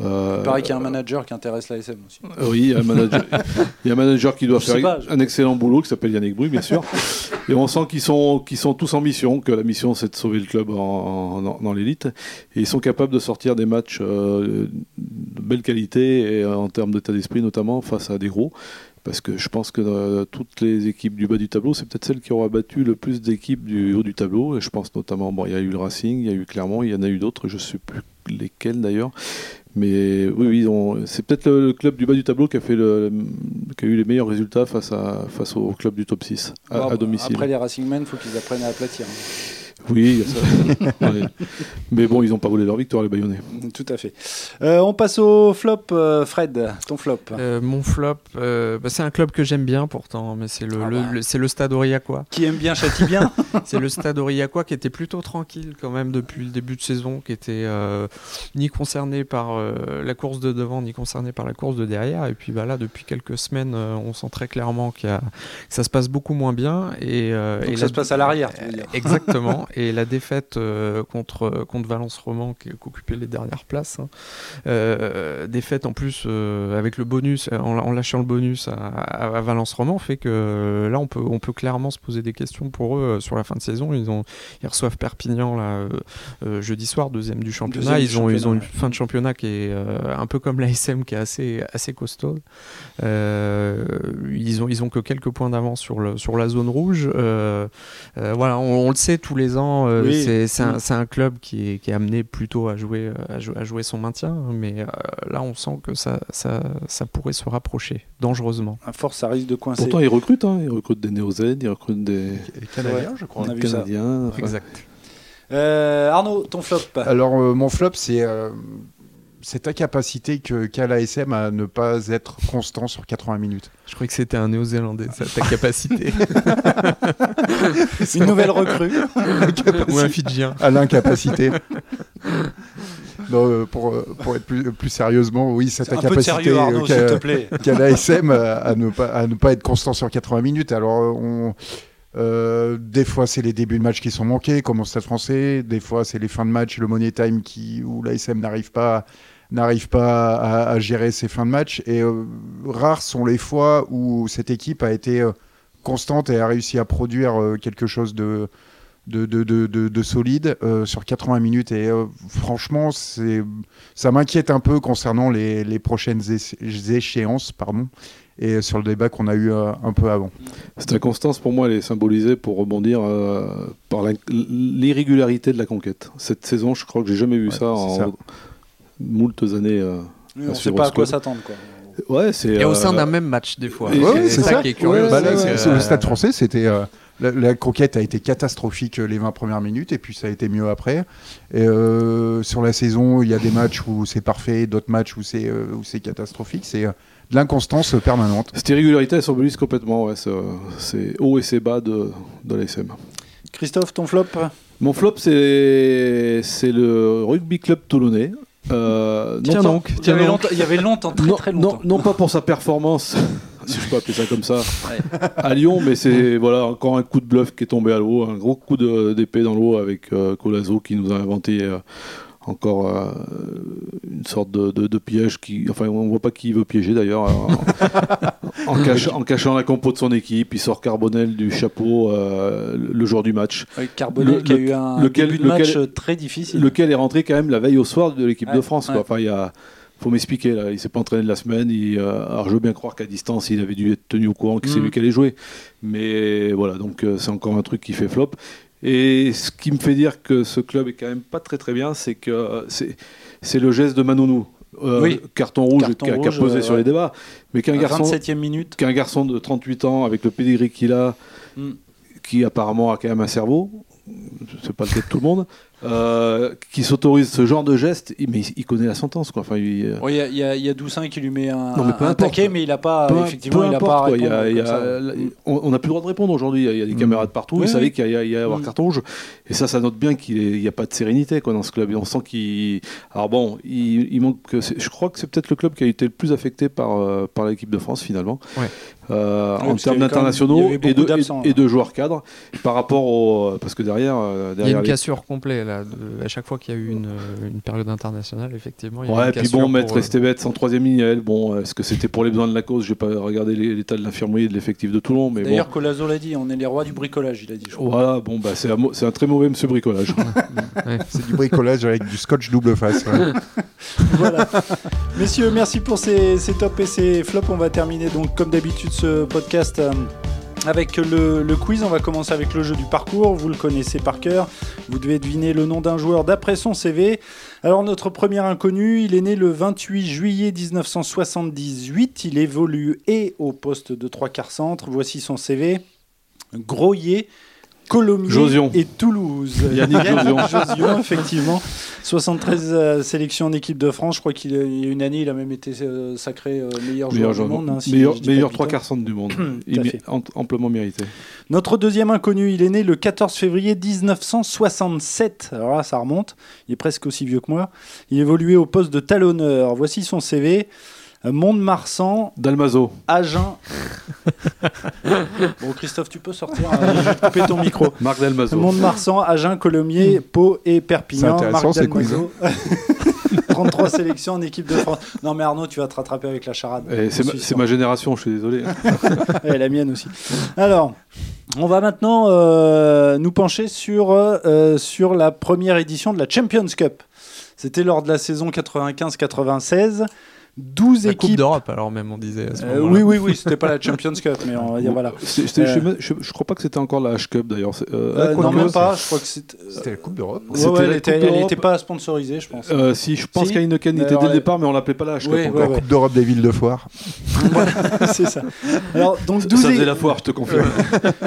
[SPEAKER 4] Euh,
[SPEAKER 3] Pareil qu'il y a un manager qui intéresse la SM aussi.
[SPEAKER 4] oui, il y a un manager, il y a un manager qui doit
[SPEAKER 3] Je sais
[SPEAKER 4] faire
[SPEAKER 3] pas, je-
[SPEAKER 4] un excellent boulot, qui s'appelle Yannick Bru, bien sûr. Et on sent qu'ils sont, qu'ils sont tous en mission, que la mission c'est de sauver le club en, en- dans- dans l'élite. Et ils sont capables de sortir des matchs euh, de belle qualité, et, euh, en termes d'état d'esprit notamment, face à des gros. Parce que je pense que euh, toutes les équipes du bas du tableau, c'est peut-être celle qui aura battu le plus d'équipes du haut du tableau. Et je pense notamment, bon, il y a eu le Racing, il y a eu Clermont, il y en a eu d'autres, je ne sais plus lesquels d'ailleurs. Mais oui, oui, ils ont- c'est peut-être le, le club du bas du tableau qui a, fait le, qui a eu les meilleurs résultats face, à, face au club du top 6 à,
[SPEAKER 3] Bon, bah,
[SPEAKER 4] à domicile.
[SPEAKER 3] Ah, Après les Racingmen, il faut qu'ils apprennent à aplatir. hein.
[SPEAKER 4] Oui, ça- ouais. mais bon, ils n'ont pas volé leur victoire, les Bayonnais.
[SPEAKER 3] hein. Tout à fait. Euh, on passe au flop, euh, Fred. Ton flop.
[SPEAKER 6] Euh, mon flop, euh, bah, c'est un club que j'aime bien pourtant, mais c'est le,
[SPEAKER 3] Ah
[SPEAKER 6] le-
[SPEAKER 3] bah.
[SPEAKER 6] le- c'est le Stade Aurillacois.
[SPEAKER 3] Qui aime bien, châtie bien.
[SPEAKER 6] C'est le stade Aurillacois qui était plutôt tranquille quand même depuis le début de saison, qui était euh, ni concerné par euh, la course de devant, ni concerné par la course de derrière. Et puis bah, là, depuis quelques semaines, euh, on sent très clairement qu'il y a- que ça se passe beaucoup moins bien. Et, euh,
[SPEAKER 3] Donc
[SPEAKER 6] et
[SPEAKER 3] ça
[SPEAKER 6] la- Euh,
[SPEAKER 3] se passe à l'arrière, tu veux dire.
[SPEAKER 6] Exactement. et la défaite euh, contre, contre Valence Roman, qui occupait les dernières places, hein. Euh, défaite en plus euh, avec le bonus, euh, en, en lâchant le bonus à, à- à Valence Roman, fait que euh, là on peut, on peut clairement se poser des questions pour eux euh, sur la fin de saison. Ils, ont, ils reçoivent Perpignan là, euh, euh, jeudi soir, deuxième du championnat.
[SPEAKER 3] Deuxième du
[SPEAKER 6] ils, ont, ils ont une
[SPEAKER 3] championnat,
[SPEAKER 6] fin de championnat qui est euh, un peu comme l'ASM qui est assez, assez costaud. Euh, ils, ont, ils ont que quelques points d'avance sur, le- sur la zone rouge. Euh, euh, voilà, on, on le sait tous les ans, euh,
[SPEAKER 3] Oui.
[SPEAKER 6] c'est- c'est
[SPEAKER 3] Mm.
[SPEAKER 6] un, c'est un club qui est, qui est amené plutôt à jouer, euh, à, jou- à jouer son maintien, hein, mais euh, là on sent que ça, ça, ça pourrait se rapprocher dangereusement.
[SPEAKER 3] À force, ça risque de coincer.
[SPEAKER 4] Pourtant, ils recrutent, hein. ils recrutent des néo Z, ils recrutent des
[SPEAKER 5] Et Canadien, je crois.
[SPEAKER 3] on a vu ça.
[SPEAKER 4] Canadiens. enfin,
[SPEAKER 6] Exact.
[SPEAKER 3] Euh, Arnaud, ton flop.
[SPEAKER 5] Alors, euh, mon flop, c'est euh, cette incapacité que- qu'a l'ASM à ne pas être constant sur 80 minutes.
[SPEAKER 6] Je croyais que c'était un néo-zélandais, ça, ta capacité.
[SPEAKER 3] Une nouvelle recrue.
[SPEAKER 6] Ou un Fidjien.
[SPEAKER 5] À l'incapacité. non, euh, pour, euh, pour être plus, plus sérieusement, oui, cette
[SPEAKER 3] Un peu de
[SPEAKER 5] incapacité
[SPEAKER 3] sérieux, Arnaud,
[SPEAKER 5] euh,
[SPEAKER 3] s'il
[SPEAKER 5] qu'a-
[SPEAKER 3] te plaît.
[SPEAKER 5] qu'a l'ASM à, euh, à ne pas, à ne pas être constant sur 80 minutes. Alors, euh, on. euh, des fois, c'est les débuts de match qui sont manqués, comme au Stade français. Des fois, c'est les fins de match, le money time qui, où l'ASM n'arrive pas, n'arrive n'arrive pas à, à gérer ses fins de match. Et euh, rares sont les fois où cette équipe a été euh, constante et a réussi à produire euh, quelque chose de, de, de, de- de- de solide euh, sur 80 minutes. Et euh, franchement, c'est, ça m'inquiète un peu concernant les, les prochaines é- échéances pardon, et sur le débat qu'on a eu euh, un peu avant.
[SPEAKER 4] Cette inconstance, pour moi, elle est symbolisée pour rebondir euh, par la- l'irrégularité de la conquête. Cette saison, je crois que j'ai jamais vu
[SPEAKER 5] Ouais,
[SPEAKER 4] ça en
[SPEAKER 5] c'est ça.
[SPEAKER 4] moultes années. euh.
[SPEAKER 3] Oui, on ne
[SPEAKER 4] Sur
[SPEAKER 3] sait pas à quoi
[SPEAKER 4] Roscoe.
[SPEAKER 3] s'attendre. quoi.
[SPEAKER 4] Ouais, c'est.
[SPEAKER 6] Et au sein
[SPEAKER 4] euh,
[SPEAKER 6] d'un même match, des fois.
[SPEAKER 4] Et- Ouais,
[SPEAKER 5] ouais, c'est ça.
[SPEAKER 6] qui est curieux.
[SPEAKER 4] Ouais,
[SPEAKER 5] Bah
[SPEAKER 4] ouais,
[SPEAKER 5] là,
[SPEAKER 4] ouais,
[SPEAKER 5] c'est-
[SPEAKER 4] ouais.
[SPEAKER 5] c'est le Stade français, c'était. euh, la, la conquête a été catastrophique euh, les 20 premières minutes et puis ça a été mieux après. Et, euh, sur la saison, il y a des matchs où c'est parfait, d'autres matchs où c'est euh, où c'est catastrophique. C'est euh, de l'inconstance euh, permanente.
[SPEAKER 4] Cette irrégularité, elle symbolise complètement ouais, ce- ces hauts et ces bas de, de l'ASM.
[SPEAKER 3] Christophe, ton flop
[SPEAKER 4] Mon flop, c'est c'est le rugby club toulonnais. Euh, non
[SPEAKER 6] Tiens
[SPEAKER 4] pas-
[SPEAKER 6] donc,
[SPEAKER 3] il y, avait longtemps, il y avait longtemps, très
[SPEAKER 4] non,
[SPEAKER 3] très
[SPEAKER 4] non-
[SPEAKER 3] longtemps.
[SPEAKER 4] non pas pour sa performance, si je peux appeler ça comme ça, à Lyon, mais c'est voilà encore un coup de bluff qui est tombé à l'eau, un gros coup de- d'épée dans l'eau avec euh, Colazo qui nous a inventé euh, encore euh, une sorte de, de- de piège qui, enfin on voit pas qui il veut piéger d'ailleurs, en- en, cach- en cachant la compo de son équipe, il sort Carbonel du chapeau euh, le le jour du match.
[SPEAKER 3] Oui, Carbonel
[SPEAKER 4] Le-
[SPEAKER 3] qui a
[SPEAKER 4] le-
[SPEAKER 3] eu un
[SPEAKER 4] lequel-
[SPEAKER 3] début de
[SPEAKER 4] lequel-
[SPEAKER 3] match euh, très difficile.
[SPEAKER 4] Lequel est rentré quand même la veille au soir de l'équipe
[SPEAKER 3] Ouais,
[SPEAKER 4] de France. Quoi.
[SPEAKER 3] ouais.
[SPEAKER 4] Enfin, il y a- faut m'expliquer là. Il s'est pas entraîné de la semaine. Il, euh, alors je veux bien croire qu'à distance, il avait dû être tenu au courant que c'est
[SPEAKER 3] Mhm.
[SPEAKER 4] lui qui allait jouer. Mais voilà, donc euh, c'est encore un truc qui fait flop. Et ce qui me fait dire que ce club est quand même pas très très bien, c'est que euh, c'est c'est le geste de Manounou. Euh,
[SPEAKER 3] Oui.
[SPEAKER 4] Carton rouge
[SPEAKER 3] Carton
[SPEAKER 4] qui a, qui a
[SPEAKER 3] rouge,
[SPEAKER 4] posé
[SPEAKER 3] euh,
[SPEAKER 4] sur
[SPEAKER 3] ouais.
[SPEAKER 4] les débats. Mais qu'un
[SPEAKER 3] À
[SPEAKER 4] garçon,
[SPEAKER 3] 27e minute.
[SPEAKER 4] qu'un garçon de 38 ans avec le pedigree qu'il a,
[SPEAKER 3] Mm.
[SPEAKER 4] qui apparemment a quand même un cerveau, c'est pas le cas de tout le monde, euh, qui s'autorise ce genre de geste, il- mais il, il connaît la sentence quoi. Enfin, il, euh,
[SPEAKER 3] Oui, Il y a- il y, a- il y a Doussain qui lui met un,
[SPEAKER 4] Non, mais peu
[SPEAKER 3] un
[SPEAKER 4] importe.
[SPEAKER 3] taquet, mais il n'a pas,
[SPEAKER 4] peu-
[SPEAKER 3] Ah, effectivement,
[SPEAKER 4] peu
[SPEAKER 3] il a
[SPEAKER 4] importe,
[SPEAKER 3] pas à
[SPEAKER 4] quoi. Il y a-
[SPEAKER 3] répondre
[SPEAKER 4] il y a-
[SPEAKER 3] comme ça.
[SPEAKER 4] la- on on n'a plus le droit de répondre aujourd'hui. Il y a- il y a des
[SPEAKER 3] Mm.
[SPEAKER 4] caméras de partout.
[SPEAKER 3] Oui,
[SPEAKER 4] il savait
[SPEAKER 3] oui.
[SPEAKER 4] qu'il y allait y avoir
[SPEAKER 3] Mm.
[SPEAKER 4] carton rouge. Et ça, ça note bien qu'il est- il n'y a pas de sérénité quoi, dans ce club. Et on sent qu'il. Alors bon, il, il manque. c'est- Je crois que c'est peut-être le club qui a été le plus affecté par, euh, par l'équipe de France finalement.
[SPEAKER 6] Ouais.
[SPEAKER 4] Euh,
[SPEAKER 3] Oui,
[SPEAKER 4] en
[SPEAKER 3] parce qu'il y avait quand
[SPEAKER 4] termes
[SPEAKER 3] même-
[SPEAKER 4] d'internationaux
[SPEAKER 3] il y avait
[SPEAKER 4] et
[SPEAKER 3] beaucoup
[SPEAKER 4] de,
[SPEAKER 3] d'absents,
[SPEAKER 4] et- et
[SPEAKER 3] là.
[SPEAKER 4] de joueurs cadres par rapport au. Parce que derrière. euh,
[SPEAKER 6] Il y a
[SPEAKER 4] derrière
[SPEAKER 6] une
[SPEAKER 4] les-
[SPEAKER 6] cassure complète là. de- à chaque fois qu'il y a eu une, euh, une période internationale, effectivement. il y a
[SPEAKER 4] Ouais,
[SPEAKER 6] une
[SPEAKER 4] puis
[SPEAKER 6] cassure
[SPEAKER 4] bon,
[SPEAKER 6] pour,
[SPEAKER 4] mettre
[SPEAKER 6] euh,
[SPEAKER 4] Estevez en troisième ligne, elle, bon, est-ce que c'était pour les besoins de la cause J'ai pas regardé les- l'état de l'infirmerie et de l'effectif de Toulon, mais bon.
[SPEAKER 3] D'ailleurs, Colazo l'a dit, on est les rois du bricolage, il a dit. je crois.
[SPEAKER 4] Voilà, bon, bah, c'est un, mo- c'est un très mauvais monsieur bricolage.
[SPEAKER 5] C'est du bricolage avec du scotch double face. ouais.
[SPEAKER 3] Voilà. Messieurs, merci pour ces, ces tops et ces flops. On va terminer donc comme d'habitude ce podcast euh, avec le, le quiz. On va commencer avec le jeu du parcours. Vous le connaissez par cœur. Vous devez deviner le nom d'un joueur d'après son CV. Alors notre premier inconnu, il est né le 28 juillet 1978. Il évolue et au poste de trois quarts centre. Voici son CV. Groyer. Colomiers
[SPEAKER 4] Josion.
[SPEAKER 3] et Toulouse.
[SPEAKER 4] Yannick Josion.
[SPEAKER 3] Josion, effectivement. 73 euh, sélections en équipe de France. Je crois qu'il est- il y a une année, il a même été euh, sacré euh, meilleur joueur
[SPEAKER 4] meilleur
[SPEAKER 3] du
[SPEAKER 4] joueur-
[SPEAKER 3] monde. hein, si
[SPEAKER 4] meilleur,
[SPEAKER 3] je dis pas
[SPEAKER 4] meilleur
[SPEAKER 3] de
[SPEAKER 4] trois
[SPEAKER 3] bêtises.
[SPEAKER 4] quarts centre du monde.
[SPEAKER 3] Tout
[SPEAKER 4] Il
[SPEAKER 3] à
[SPEAKER 4] mé-
[SPEAKER 3] fait.
[SPEAKER 4] am- amplement mérité.
[SPEAKER 3] Notre deuxième inconnu, il est né le 14 février 1967. Alors là, ça remonte. Il est presque aussi vieux que moi. Il évoluait au poste de talonneur. Voici son CV. Euh, Mont-de-Marsan,
[SPEAKER 4] Dalmazo.
[SPEAKER 3] Agen. bon, Christophe, tu peux sortir. hein, je vais te couper ton micro.
[SPEAKER 4] Marc Dalmazo.
[SPEAKER 3] Mont-de-Marsan, Agen, Colomiers, Pau et Perpignan.
[SPEAKER 5] C'est
[SPEAKER 3] Marc
[SPEAKER 5] intéressant, ces
[SPEAKER 3] Dalmazo. 33 sélections en équipe de France. Non, mais Arnaud, tu vas te rattraper avec la charade.
[SPEAKER 4] Eh, C'est
[SPEAKER 3] Je
[SPEAKER 4] ma,
[SPEAKER 3] suis
[SPEAKER 4] c'est
[SPEAKER 3] sûr.
[SPEAKER 4] ma génération, je suis désolé.
[SPEAKER 3] Et la mienne aussi. Alors, on va maintenant euh, nous pencher sur, euh, euh, sur la première édition de la Champions Cup. C'était lors de la saison 95-96. 12
[SPEAKER 6] La Coupe
[SPEAKER 3] équipes.
[SPEAKER 6] d'Europe, alors même, on disait. à ce
[SPEAKER 3] Euh,
[SPEAKER 6] moment-là.
[SPEAKER 3] oui, oui, oui, c'était pas la Champions Cup, mais on va dire voilà.
[SPEAKER 4] C'est- c'était-
[SPEAKER 3] Euh.
[SPEAKER 4] je, sais même- je- je crois pas que c'était encore la H-Cup d'ailleurs. C'est- euh,
[SPEAKER 3] Euh,
[SPEAKER 4] ah, quoi
[SPEAKER 3] non,
[SPEAKER 4] que-
[SPEAKER 3] même pas, je crois que c'était.
[SPEAKER 5] C'était la Coupe d'Europe.
[SPEAKER 3] Ouais,
[SPEAKER 4] C'était
[SPEAKER 3] ouais,
[SPEAKER 4] la
[SPEAKER 3] elle
[SPEAKER 4] Coupe
[SPEAKER 3] était- elle
[SPEAKER 4] d'Europe.
[SPEAKER 3] n'était pas sponsorisée, je pense.
[SPEAKER 4] Euh, si, je pense
[SPEAKER 3] Si.
[SPEAKER 4] qu'Heineken
[SPEAKER 3] Mais
[SPEAKER 4] était dès
[SPEAKER 3] alors,
[SPEAKER 4] le départ, mais on l'appelait pas la H-Cup
[SPEAKER 3] Oui,
[SPEAKER 4] encore.
[SPEAKER 5] La
[SPEAKER 3] ouais.
[SPEAKER 5] Coupe d'Europe des villes de foire. euh,
[SPEAKER 3] C'est ça. Alors, donc 12,
[SPEAKER 4] Ça
[SPEAKER 3] é-
[SPEAKER 4] faisait la foire, je te confirme.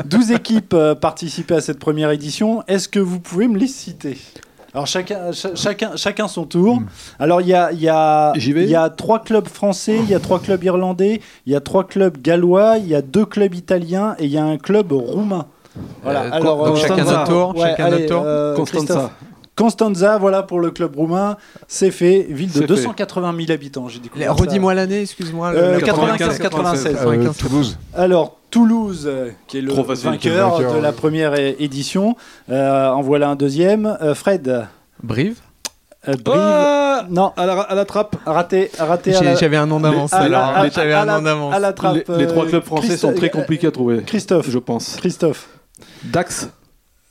[SPEAKER 3] 12 équipes euh, participaient à cette première édition. Est-ce que vous pouvez me les citer Alors, chacun, cha- chacun, chacun son tour. Alors, il y a, il y, a,
[SPEAKER 4] Hmm. J'y vais
[SPEAKER 3] il y a trois clubs français, il y a trois clubs irlandais, il y a trois clubs gallois, il y a deux clubs italiens et il y a un club roumain. Voilà.
[SPEAKER 6] Euh,
[SPEAKER 3] Alors,
[SPEAKER 6] donc,
[SPEAKER 3] euh,
[SPEAKER 6] chacun
[SPEAKER 3] Constanza.
[SPEAKER 6] notre tour,
[SPEAKER 3] Ouais,
[SPEAKER 6] chacun
[SPEAKER 3] allez,
[SPEAKER 6] notre tour.
[SPEAKER 3] euh, Christophe.
[SPEAKER 4] Constanza.
[SPEAKER 3] Constanza, voilà pour le club roumain. C'est fait. Ville de
[SPEAKER 4] C'est fait.
[SPEAKER 3] 280 000 habitants, j'ai
[SPEAKER 6] Les-
[SPEAKER 3] découvert. ça.
[SPEAKER 6] Redis-moi l'année, excuse-moi. le-
[SPEAKER 3] Euh,
[SPEAKER 6] le-
[SPEAKER 3] 95-96.
[SPEAKER 5] Euh,
[SPEAKER 6] 95,
[SPEAKER 5] Toulouse.
[SPEAKER 3] Alors, Toulouse, euh, qui est le
[SPEAKER 4] Trop facile,
[SPEAKER 3] vainqueur,
[SPEAKER 5] qui est le vainqueur,
[SPEAKER 3] de la
[SPEAKER 5] ouais.
[SPEAKER 3] première é- édition. Euh, en voilà un deuxième. Euh, Fred,
[SPEAKER 6] Brive.
[SPEAKER 3] Euh, Brive.
[SPEAKER 4] Ah
[SPEAKER 3] Non,
[SPEAKER 4] à, la, à la trappe.
[SPEAKER 3] raté, raté. à
[SPEAKER 6] J'ai-
[SPEAKER 3] la-
[SPEAKER 6] J'avais un an d'avance.
[SPEAKER 3] à la-
[SPEAKER 6] alors,
[SPEAKER 3] à-
[SPEAKER 6] J'avais
[SPEAKER 3] à
[SPEAKER 6] un
[SPEAKER 3] la-
[SPEAKER 6] an d'avance.
[SPEAKER 3] à la trappe,
[SPEAKER 4] Les, les trois
[SPEAKER 3] euh,
[SPEAKER 4] clubs français
[SPEAKER 3] Christo-
[SPEAKER 4] sont très compliqués à trouver,
[SPEAKER 3] Christophe,
[SPEAKER 4] je pense.
[SPEAKER 3] Christophe,
[SPEAKER 4] Dax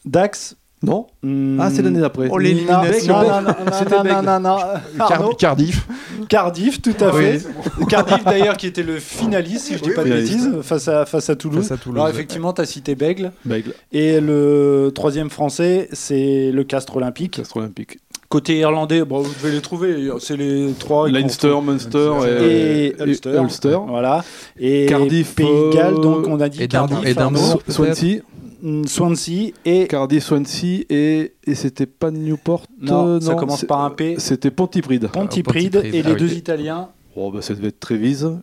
[SPEAKER 3] Dax.
[SPEAKER 4] Non
[SPEAKER 3] hmm,
[SPEAKER 4] Ah, c'est l'année d'après.
[SPEAKER 6] Oh,
[SPEAKER 3] Nina-
[SPEAKER 6] l'élimination.
[SPEAKER 3] Non, non, non, non,
[SPEAKER 4] C'était
[SPEAKER 3] non,
[SPEAKER 4] Beg.
[SPEAKER 3] non, non, non. Arnaud,
[SPEAKER 5] Car- Cardiff.
[SPEAKER 3] Cardiff, tout à
[SPEAKER 5] Oui.
[SPEAKER 3] fait. Cardiff d'ailleurs qui était le finaliste, si je dis pas de
[SPEAKER 4] finaliste.
[SPEAKER 3] bêtises, face à, face à Toulouse.
[SPEAKER 6] Face à Toulouse,
[SPEAKER 3] Alors
[SPEAKER 6] ouais.
[SPEAKER 3] effectivement, tu as cité Bègle.
[SPEAKER 4] Bègle,
[SPEAKER 3] Et le troisième français, c'est le Castre Olympique.
[SPEAKER 4] Castres Olympique.
[SPEAKER 3] Côté irlandais, bon, je vais les trouver, c'est les trois. qu'on
[SPEAKER 4] Leinster, Munster
[SPEAKER 3] Oh, Et
[SPEAKER 4] et,
[SPEAKER 3] Ulster.
[SPEAKER 4] et Ulster.
[SPEAKER 3] trouve. Voilà. Et
[SPEAKER 4] Cardiff,
[SPEAKER 3] Pays de Galles,
[SPEAKER 4] euh,
[SPEAKER 3] donc on a dit
[SPEAKER 6] et
[SPEAKER 3] Cardiff,
[SPEAKER 6] Dundee- et
[SPEAKER 3] Arnaud,
[SPEAKER 6] Dundee.
[SPEAKER 4] Sw- Swansea,
[SPEAKER 3] mm, Swansea et...
[SPEAKER 4] Cardiff, Swansea et, et c'était pas Newport.
[SPEAKER 3] Non,
[SPEAKER 4] euh,
[SPEAKER 3] ça commence
[SPEAKER 4] c'est-
[SPEAKER 3] par un P.
[SPEAKER 4] C'était Pontypridd.
[SPEAKER 3] Pontypridd et
[SPEAKER 6] Ah
[SPEAKER 3] les
[SPEAKER 6] oui.
[SPEAKER 3] deux Italiens,
[SPEAKER 4] Oh, bah, ça devait être Trévise. Non.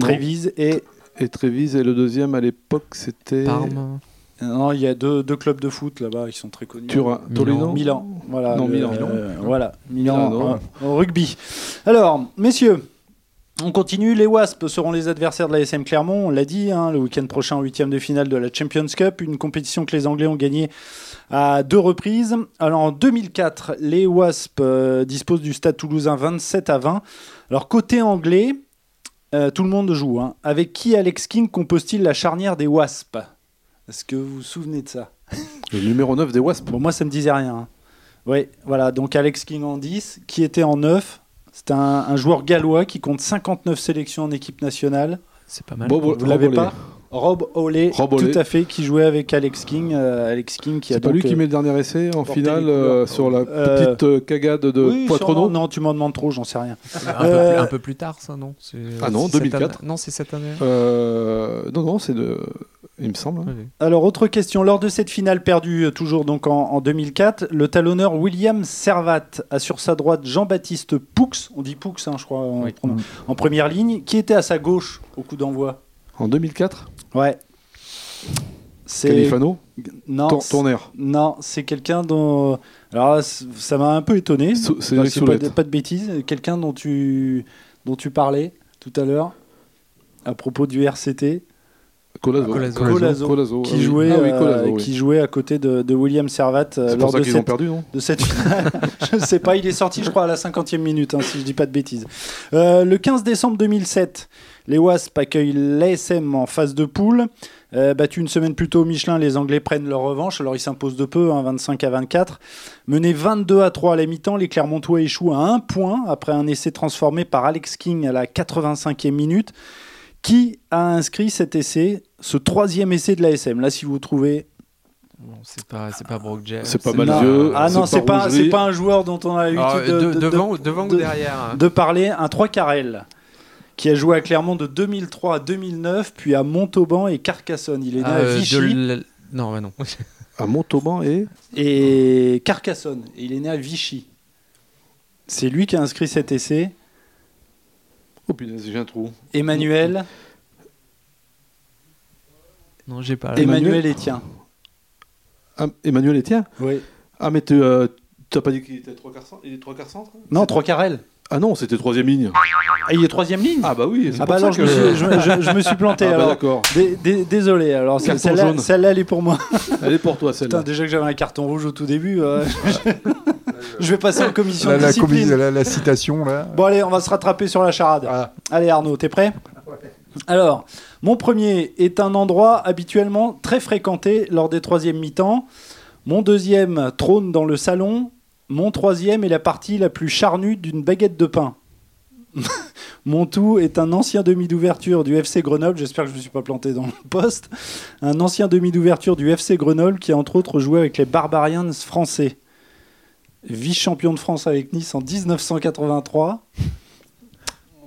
[SPEAKER 3] Trévise et...
[SPEAKER 4] Et Trévise et le deuxième à l'époque c'était
[SPEAKER 6] Parme.
[SPEAKER 3] Non, il y a deux, deux clubs de foot là-bas qui sont très connus.
[SPEAKER 4] Turin,
[SPEAKER 6] Milan.
[SPEAKER 4] Torino.
[SPEAKER 3] Milan. Voilà,
[SPEAKER 4] Non,
[SPEAKER 3] le-
[SPEAKER 4] Milan.
[SPEAKER 3] euh, voilà, Milan
[SPEAKER 4] Milan, non.
[SPEAKER 3] euh, au rugby. Alors, messieurs, on continue. Les Wasps seront les adversaires de la SM Clermont. On l'a dit, hein, le week-end prochain, huitième de finale de la Champions Cup, une compétition que les Anglais ont gagnée à deux reprises. Alors, en 2004, les Wasps euh, disposent du stade toulousain 27 à 20. Alors, côté anglais, euh, tout le monde joue. hein. Avec qui Alex King compose-t-il la charnière des Wasps Est-ce que vous vous souvenez de ça
[SPEAKER 4] Le numéro 9 des Wasps.
[SPEAKER 3] Bon, moi, ça me disait rien. Oui, voilà. Donc, Alex King en 10, qui était en 9. C'est un, un joueur gallois qui compte 59 sélections en équipe nationale.
[SPEAKER 6] C'est pas mal.
[SPEAKER 4] Bob-
[SPEAKER 3] Vous l'avez
[SPEAKER 4] Rob
[SPEAKER 3] pas Rob Oley,
[SPEAKER 4] Rob
[SPEAKER 3] tout
[SPEAKER 4] Holley.
[SPEAKER 3] à fait, qui jouait avec Alex King. euh, Alex King qui a
[SPEAKER 4] C'est pas
[SPEAKER 3] donc,
[SPEAKER 4] lui qui
[SPEAKER 3] euh,
[SPEAKER 4] met le dernier essai en
[SPEAKER 3] porté
[SPEAKER 4] finale
[SPEAKER 3] les couleurs.
[SPEAKER 4] euh, sur la
[SPEAKER 3] Euh,
[SPEAKER 4] petite euh, cagade de
[SPEAKER 3] oui, sûrement.
[SPEAKER 4] Poitrenaud
[SPEAKER 3] Non, tu m'en demandes trop, j'en sais rien.
[SPEAKER 6] Un, peu
[SPEAKER 3] Euh,
[SPEAKER 6] plus, un peu plus tard, ça, non C'est-
[SPEAKER 4] Ah non,
[SPEAKER 6] c'est cette
[SPEAKER 4] 2004.
[SPEAKER 6] année- Non, c'est cette année.
[SPEAKER 4] Euh, non, non, c'est de. Il me semble. hein.
[SPEAKER 6] Ouais.
[SPEAKER 3] Alors, autre question. Lors de cette finale perdue, euh, toujours donc en, en 2004, le talonneur William Servat a sur sa droite Jean-Baptiste Poux, on dit Poux, hein, je crois, en,
[SPEAKER 6] Oui.
[SPEAKER 3] en première ligne, qui était à sa gauche au coup d'envoi.
[SPEAKER 4] En 2004,
[SPEAKER 3] Ouais. C'est
[SPEAKER 4] Califano,
[SPEAKER 3] non,
[SPEAKER 4] Tour-
[SPEAKER 3] c'est-
[SPEAKER 4] Tournaire.
[SPEAKER 3] non, c'est quelqu'un dont alors là, c- ça m'a un peu étonné.
[SPEAKER 4] Sou- C'est
[SPEAKER 3] Enfin,
[SPEAKER 4] Eric
[SPEAKER 3] c'est pas, de-
[SPEAKER 4] Soulette.
[SPEAKER 3] pas de bêtises, quelqu'un dont tu dont tu parlais tout à l'heure à propos du RCT
[SPEAKER 4] Colazo.
[SPEAKER 6] Colazo.
[SPEAKER 3] Colazo.
[SPEAKER 4] Colazo, ah
[SPEAKER 3] qui
[SPEAKER 4] oui.
[SPEAKER 3] jouait
[SPEAKER 4] Ah oui,
[SPEAKER 3] euh,
[SPEAKER 4] Colazo, oui.
[SPEAKER 3] qui jouait à côté de, de William Servat euh,
[SPEAKER 4] C'est pour
[SPEAKER 3] lors
[SPEAKER 4] ça
[SPEAKER 3] de
[SPEAKER 4] qu'ils ont
[SPEAKER 3] cette
[SPEAKER 4] perdu, non
[SPEAKER 3] de cette finale. je ne sais pas, il est sorti, je crois, à la 50e minute, hein, si je dis pas de bêtises. Euh, le 15 décembre 2007, les Wasps accueillent l'ASM en phase de poule. Euh, battu une semaine plus tôt, Michelin, les Anglais prennent leur revanche. Alors ils s'imposent de peu, hein, 25 à 24. Menés 22 à 3 à la mi-temps, les Clermontois échouent à un point après un essai transformé par Alex King à la 85e minute. Qui a inscrit cet essai, ce troisième essai de l'ASM Là, si vous trouvez,
[SPEAKER 6] Bon, c'est pas, c'est pas Brock James.
[SPEAKER 4] C'est pas
[SPEAKER 3] c'est
[SPEAKER 4] mal
[SPEAKER 3] non.
[SPEAKER 4] vieux.
[SPEAKER 3] Ah non, c'est pas,
[SPEAKER 4] Rougerie.
[SPEAKER 3] c'est pas un joueur dont on a eu
[SPEAKER 6] Alors,
[SPEAKER 3] de,
[SPEAKER 6] Ah, de-
[SPEAKER 3] de- de-
[SPEAKER 6] devant, ou- devant
[SPEAKER 3] de-
[SPEAKER 6] ou derrière hein.
[SPEAKER 3] de parler, un 3 carrel qui a joué à Clermont de 2003 à 2009, puis à Montauban et Carcassonne. Il est né
[SPEAKER 6] Ah,
[SPEAKER 3] à
[SPEAKER 6] euh,
[SPEAKER 3] Vichy
[SPEAKER 6] de l- Non, bah non.
[SPEAKER 4] À Montauban et.
[SPEAKER 3] et Carcassonne. Et il est né à Vichy. C'est lui qui a inscrit cet essai.
[SPEAKER 4] Oh punaise, j'ai un trou.
[SPEAKER 3] Emmanuel,
[SPEAKER 6] Non, j'ai pas.
[SPEAKER 3] Emmanuel,
[SPEAKER 4] Emmanuel
[SPEAKER 3] Etienne.
[SPEAKER 4] Ah, Emmanuel Etienne
[SPEAKER 3] Oui.
[SPEAKER 4] Ah, mais tu euh, t'as pas dit qu'il était trois quarts centre Il est trois quarts centre
[SPEAKER 3] Non, 3 carrel.
[SPEAKER 4] Ah non, c'était troisième ligne.
[SPEAKER 3] Ah, il est troisième ligne
[SPEAKER 4] Ah bah oui, c'est
[SPEAKER 3] Ah
[SPEAKER 4] pour
[SPEAKER 3] bah
[SPEAKER 4] ça
[SPEAKER 3] alors,
[SPEAKER 4] que-
[SPEAKER 3] je, me suis, je- je- je me suis planté.
[SPEAKER 4] Ah bah
[SPEAKER 3] alors.
[SPEAKER 4] d'accord.
[SPEAKER 3] Dé- dé- désolé, alors
[SPEAKER 4] Carton
[SPEAKER 3] celle-là,
[SPEAKER 4] jaune.
[SPEAKER 3] celle-là, elle est pour moi.
[SPEAKER 4] Elle est pour toi celle-là.
[SPEAKER 3] Putain, déjà que j'avais un carton rouge au tout début, euh, je vais passer en commission
[SPEAKER 5] La,
[SPEAKER 3] de
[SPEAKER 5] la,
[SPEAKER 3] discipline.
[SPEAKER 5] commis- la- la citation, là.
[SPEAKER 3] Bon allez, on va se rattraper sur la charade.
[SPEAKER 5] Ah.
[SPEAKER 3] Allez Arnaud, t'es prêt Alors, mon premier est un endroit habituellement très fréquenté lors des troisièmes mi-temps. Mon deuxième trône dans le salon. Mon troisième est la partie la plus charnue d'une baguette de pain. Mon tout est un ancien demi d'ouverture du FC Grenoble. J'espère que je ne me suis pas planté dans le poste. Un ancien demi d'ouverture du FC Grenoble qui a entre autres joué avec les Barbarians français. Vice-champion de France avec Nice en 1983.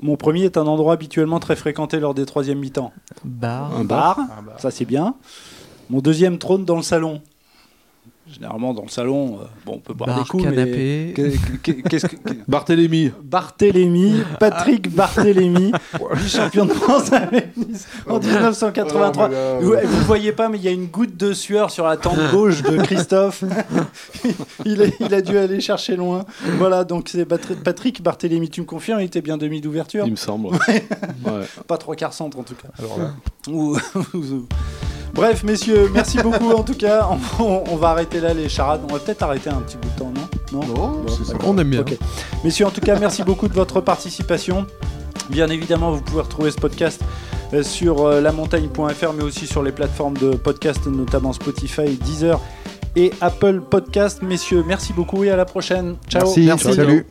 [SPEAKER 3] Mon premier est un endroit habituellement très fréquenté lors des troisièmes mi-temps.
[SPEAKER 6] Bar.
[SPEAKER 4] Un
[SPEAKER 3] Un
[SPEAKER 4] bar.
[SPEAKER 3] bar,
[SPEAKER 5] Ah bah.
[SPEAKER 3] ça c'est bien. Mon deuxième trône dans le salon. Généralement dans le salon, euh, bon, on peut boire
[SPEAKER 6] Bar,
[SPEAKER 3] des coups, mais...
[SPEAKER 6] canapé.
[SPEAKER 3] Qu'est- qu'est- qu'est-ce que-
[SPEAKER 4] Barthélémy.
[SPEAKER 3] Barthélemy, Patrick Barthélemy, champion de France avec Nice en 1983.
[SPEAKER 5] Oh, mais là,
[SPEAKER 3] Ouais, vous ne voyez pas, mais il y a une goutte de sueur sur la tempe gauche de Christophe. il, est- il a dû aller chercher loin. Voilà, donc c'est Patri- Patrick Barthélemy. Tu me confirmes, il était bien demi d'ouverture
[SPEAKER 4] Il me semble. Ouais.
[SPEAKER 3] Pas trois quarts centre en tout cas.
[SPEAKER 5] Alors là.
[SPEAKER 3] Ou- ou- Bref, messieurs, merci beaucoup en tout cas. On, on va arrêter là les charades. On va peut-être arrêter un petit bout de temps, non Non
[SPEAKER 5] Non, c'est ça.
[SPEAKER 6] On aime bien.
[SPEAKER 3] Ok. Messieurs, en tout cas, merci beaucoup de votre participation. Bien évidemment, vous pouvez retrouver ce podcast euh, sur euh, lamontagne.fr, mais aussi sur les plateformes de podcast, notamment Spotify, Deezer et Apple Podcast. Messieurs, merci beaucoup et à la prochaine. Ciao.
[SPEAKER 5] Merci,
[SPEAKER 6] Merci.
[SPEAKER 5] salut.